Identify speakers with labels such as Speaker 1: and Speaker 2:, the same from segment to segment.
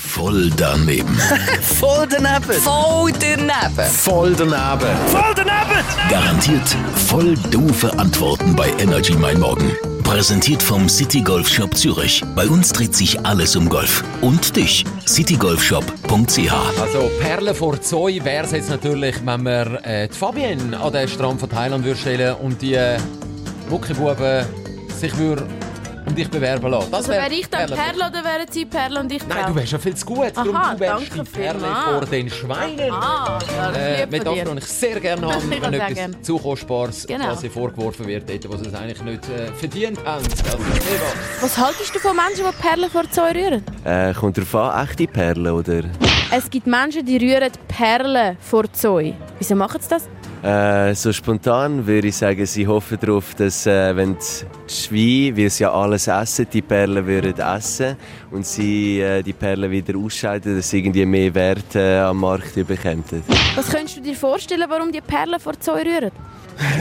Speaker 1: Voll daneben.
Speaker 2: Voll daneben.
Speaker 3: Voll daneben.
Speaker 2: Voll daneben.
Speaker 1: Garantiert voll doofe Antworten bei Energy Mein Morgen. Präsentiert vom City Golf Shop Zürich. Bei uns dreht sich alles um Golf. Und dich, citygolfshop.ch.
Speaker 4: Also Perle vor Zoi wäre es jetzt natürlich, wenn wir äh, die Fabienne an den Strand von Thailand würde stellen und die äh, Muckibuben sich würde um dich bewerben lassen. Das
Speaker 5: Also
Speaker 4: wär
Speaker 5: wäre ich dann
Speaker 4: Perle vor-
Speaker 5: Perle oder wären Sie Perle und ich Perle?
Speaker 4: Nein, du wärst ja viel zu gut. Darum
Speaker 5: Aha,
Speaker 4: du wärst
Speaker 5: danke
Speaker 4: die Perle
Speaker 5: vielmals.
Speaker 4: vor den Schweinen.
Speaker 5: Ah,
Speaker 4: Äh,
Speaker 5: das lieb von dir.
Speaker 4: Metapher, die ich sehr gerne
Speaker 5: Ich
Speaker 4: haben, wenn
Speaker 5: kann
Speaker 4: etwas
Speaker 5: sagen.
Speaker 4: zu kostbares,
Speaker 5: Genau.
Speaker 4: was ihr vorgeworfen wird, dort, was es eigentlich nicht äh, verdient haben. Das ist Eva.
Speaker 5: Was haltest du von Menschen, die Perlen vor die Zäune rühren?
Speaker 6: Äh, kommt drauf an, echte Perlen oder?
Speaker 5: Es gibt Menschen, die rühren die Perlen vor die Zäune. Wieso machen sie das?
Speaker 6: Äh, so spontan würde ich sagen, sie hoffen darauf, dass äh, wenn die Schweine, weil sie ja alles essen, die Perlen würden essen und sie äh, die Perlen wieder ausscheiden, dass sie irgendwie mehr Wert äh, am Markt bekämpfen.
Speaker 5: Was könntest du dir vorstellen, warum die Perlen vor die Zäune rühren?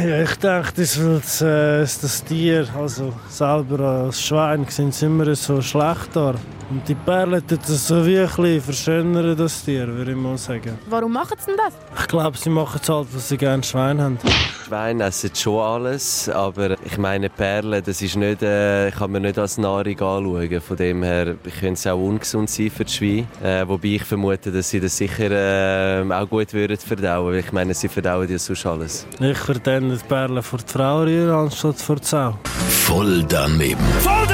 Speaker 7: Ja, ich denke, das weil das, äh, es das Tier, also selber als Schwein, sind sie immer so schlecht da. Und die Perlen tun das so wie ein bisschen verschönern, das Tier, würde ich mal sagen.
Speaker 5: Warum machen sie denn das?
Speaker 7: Ich glaube, sie machen es halt, was sie gerne Schwein haben.
Speaker 6: Schweine essen schon alles, aber ich meine Perlen, das ist nicht, äh, kann man nicht als Nahrung anschauen. Von dem her könnte es auch ungesund sein für die Schweine. Äh, wobei ich vermute, dass sie das sicher äh, auch gut würden verdauen. weil Ich meine, sie verdauen ja sonst alles.
Speaker 7: Ich würde dann die Perlen vor die Frau rühren, anstatt vor die Sau.
Speaker 1: Voll daneben. Voll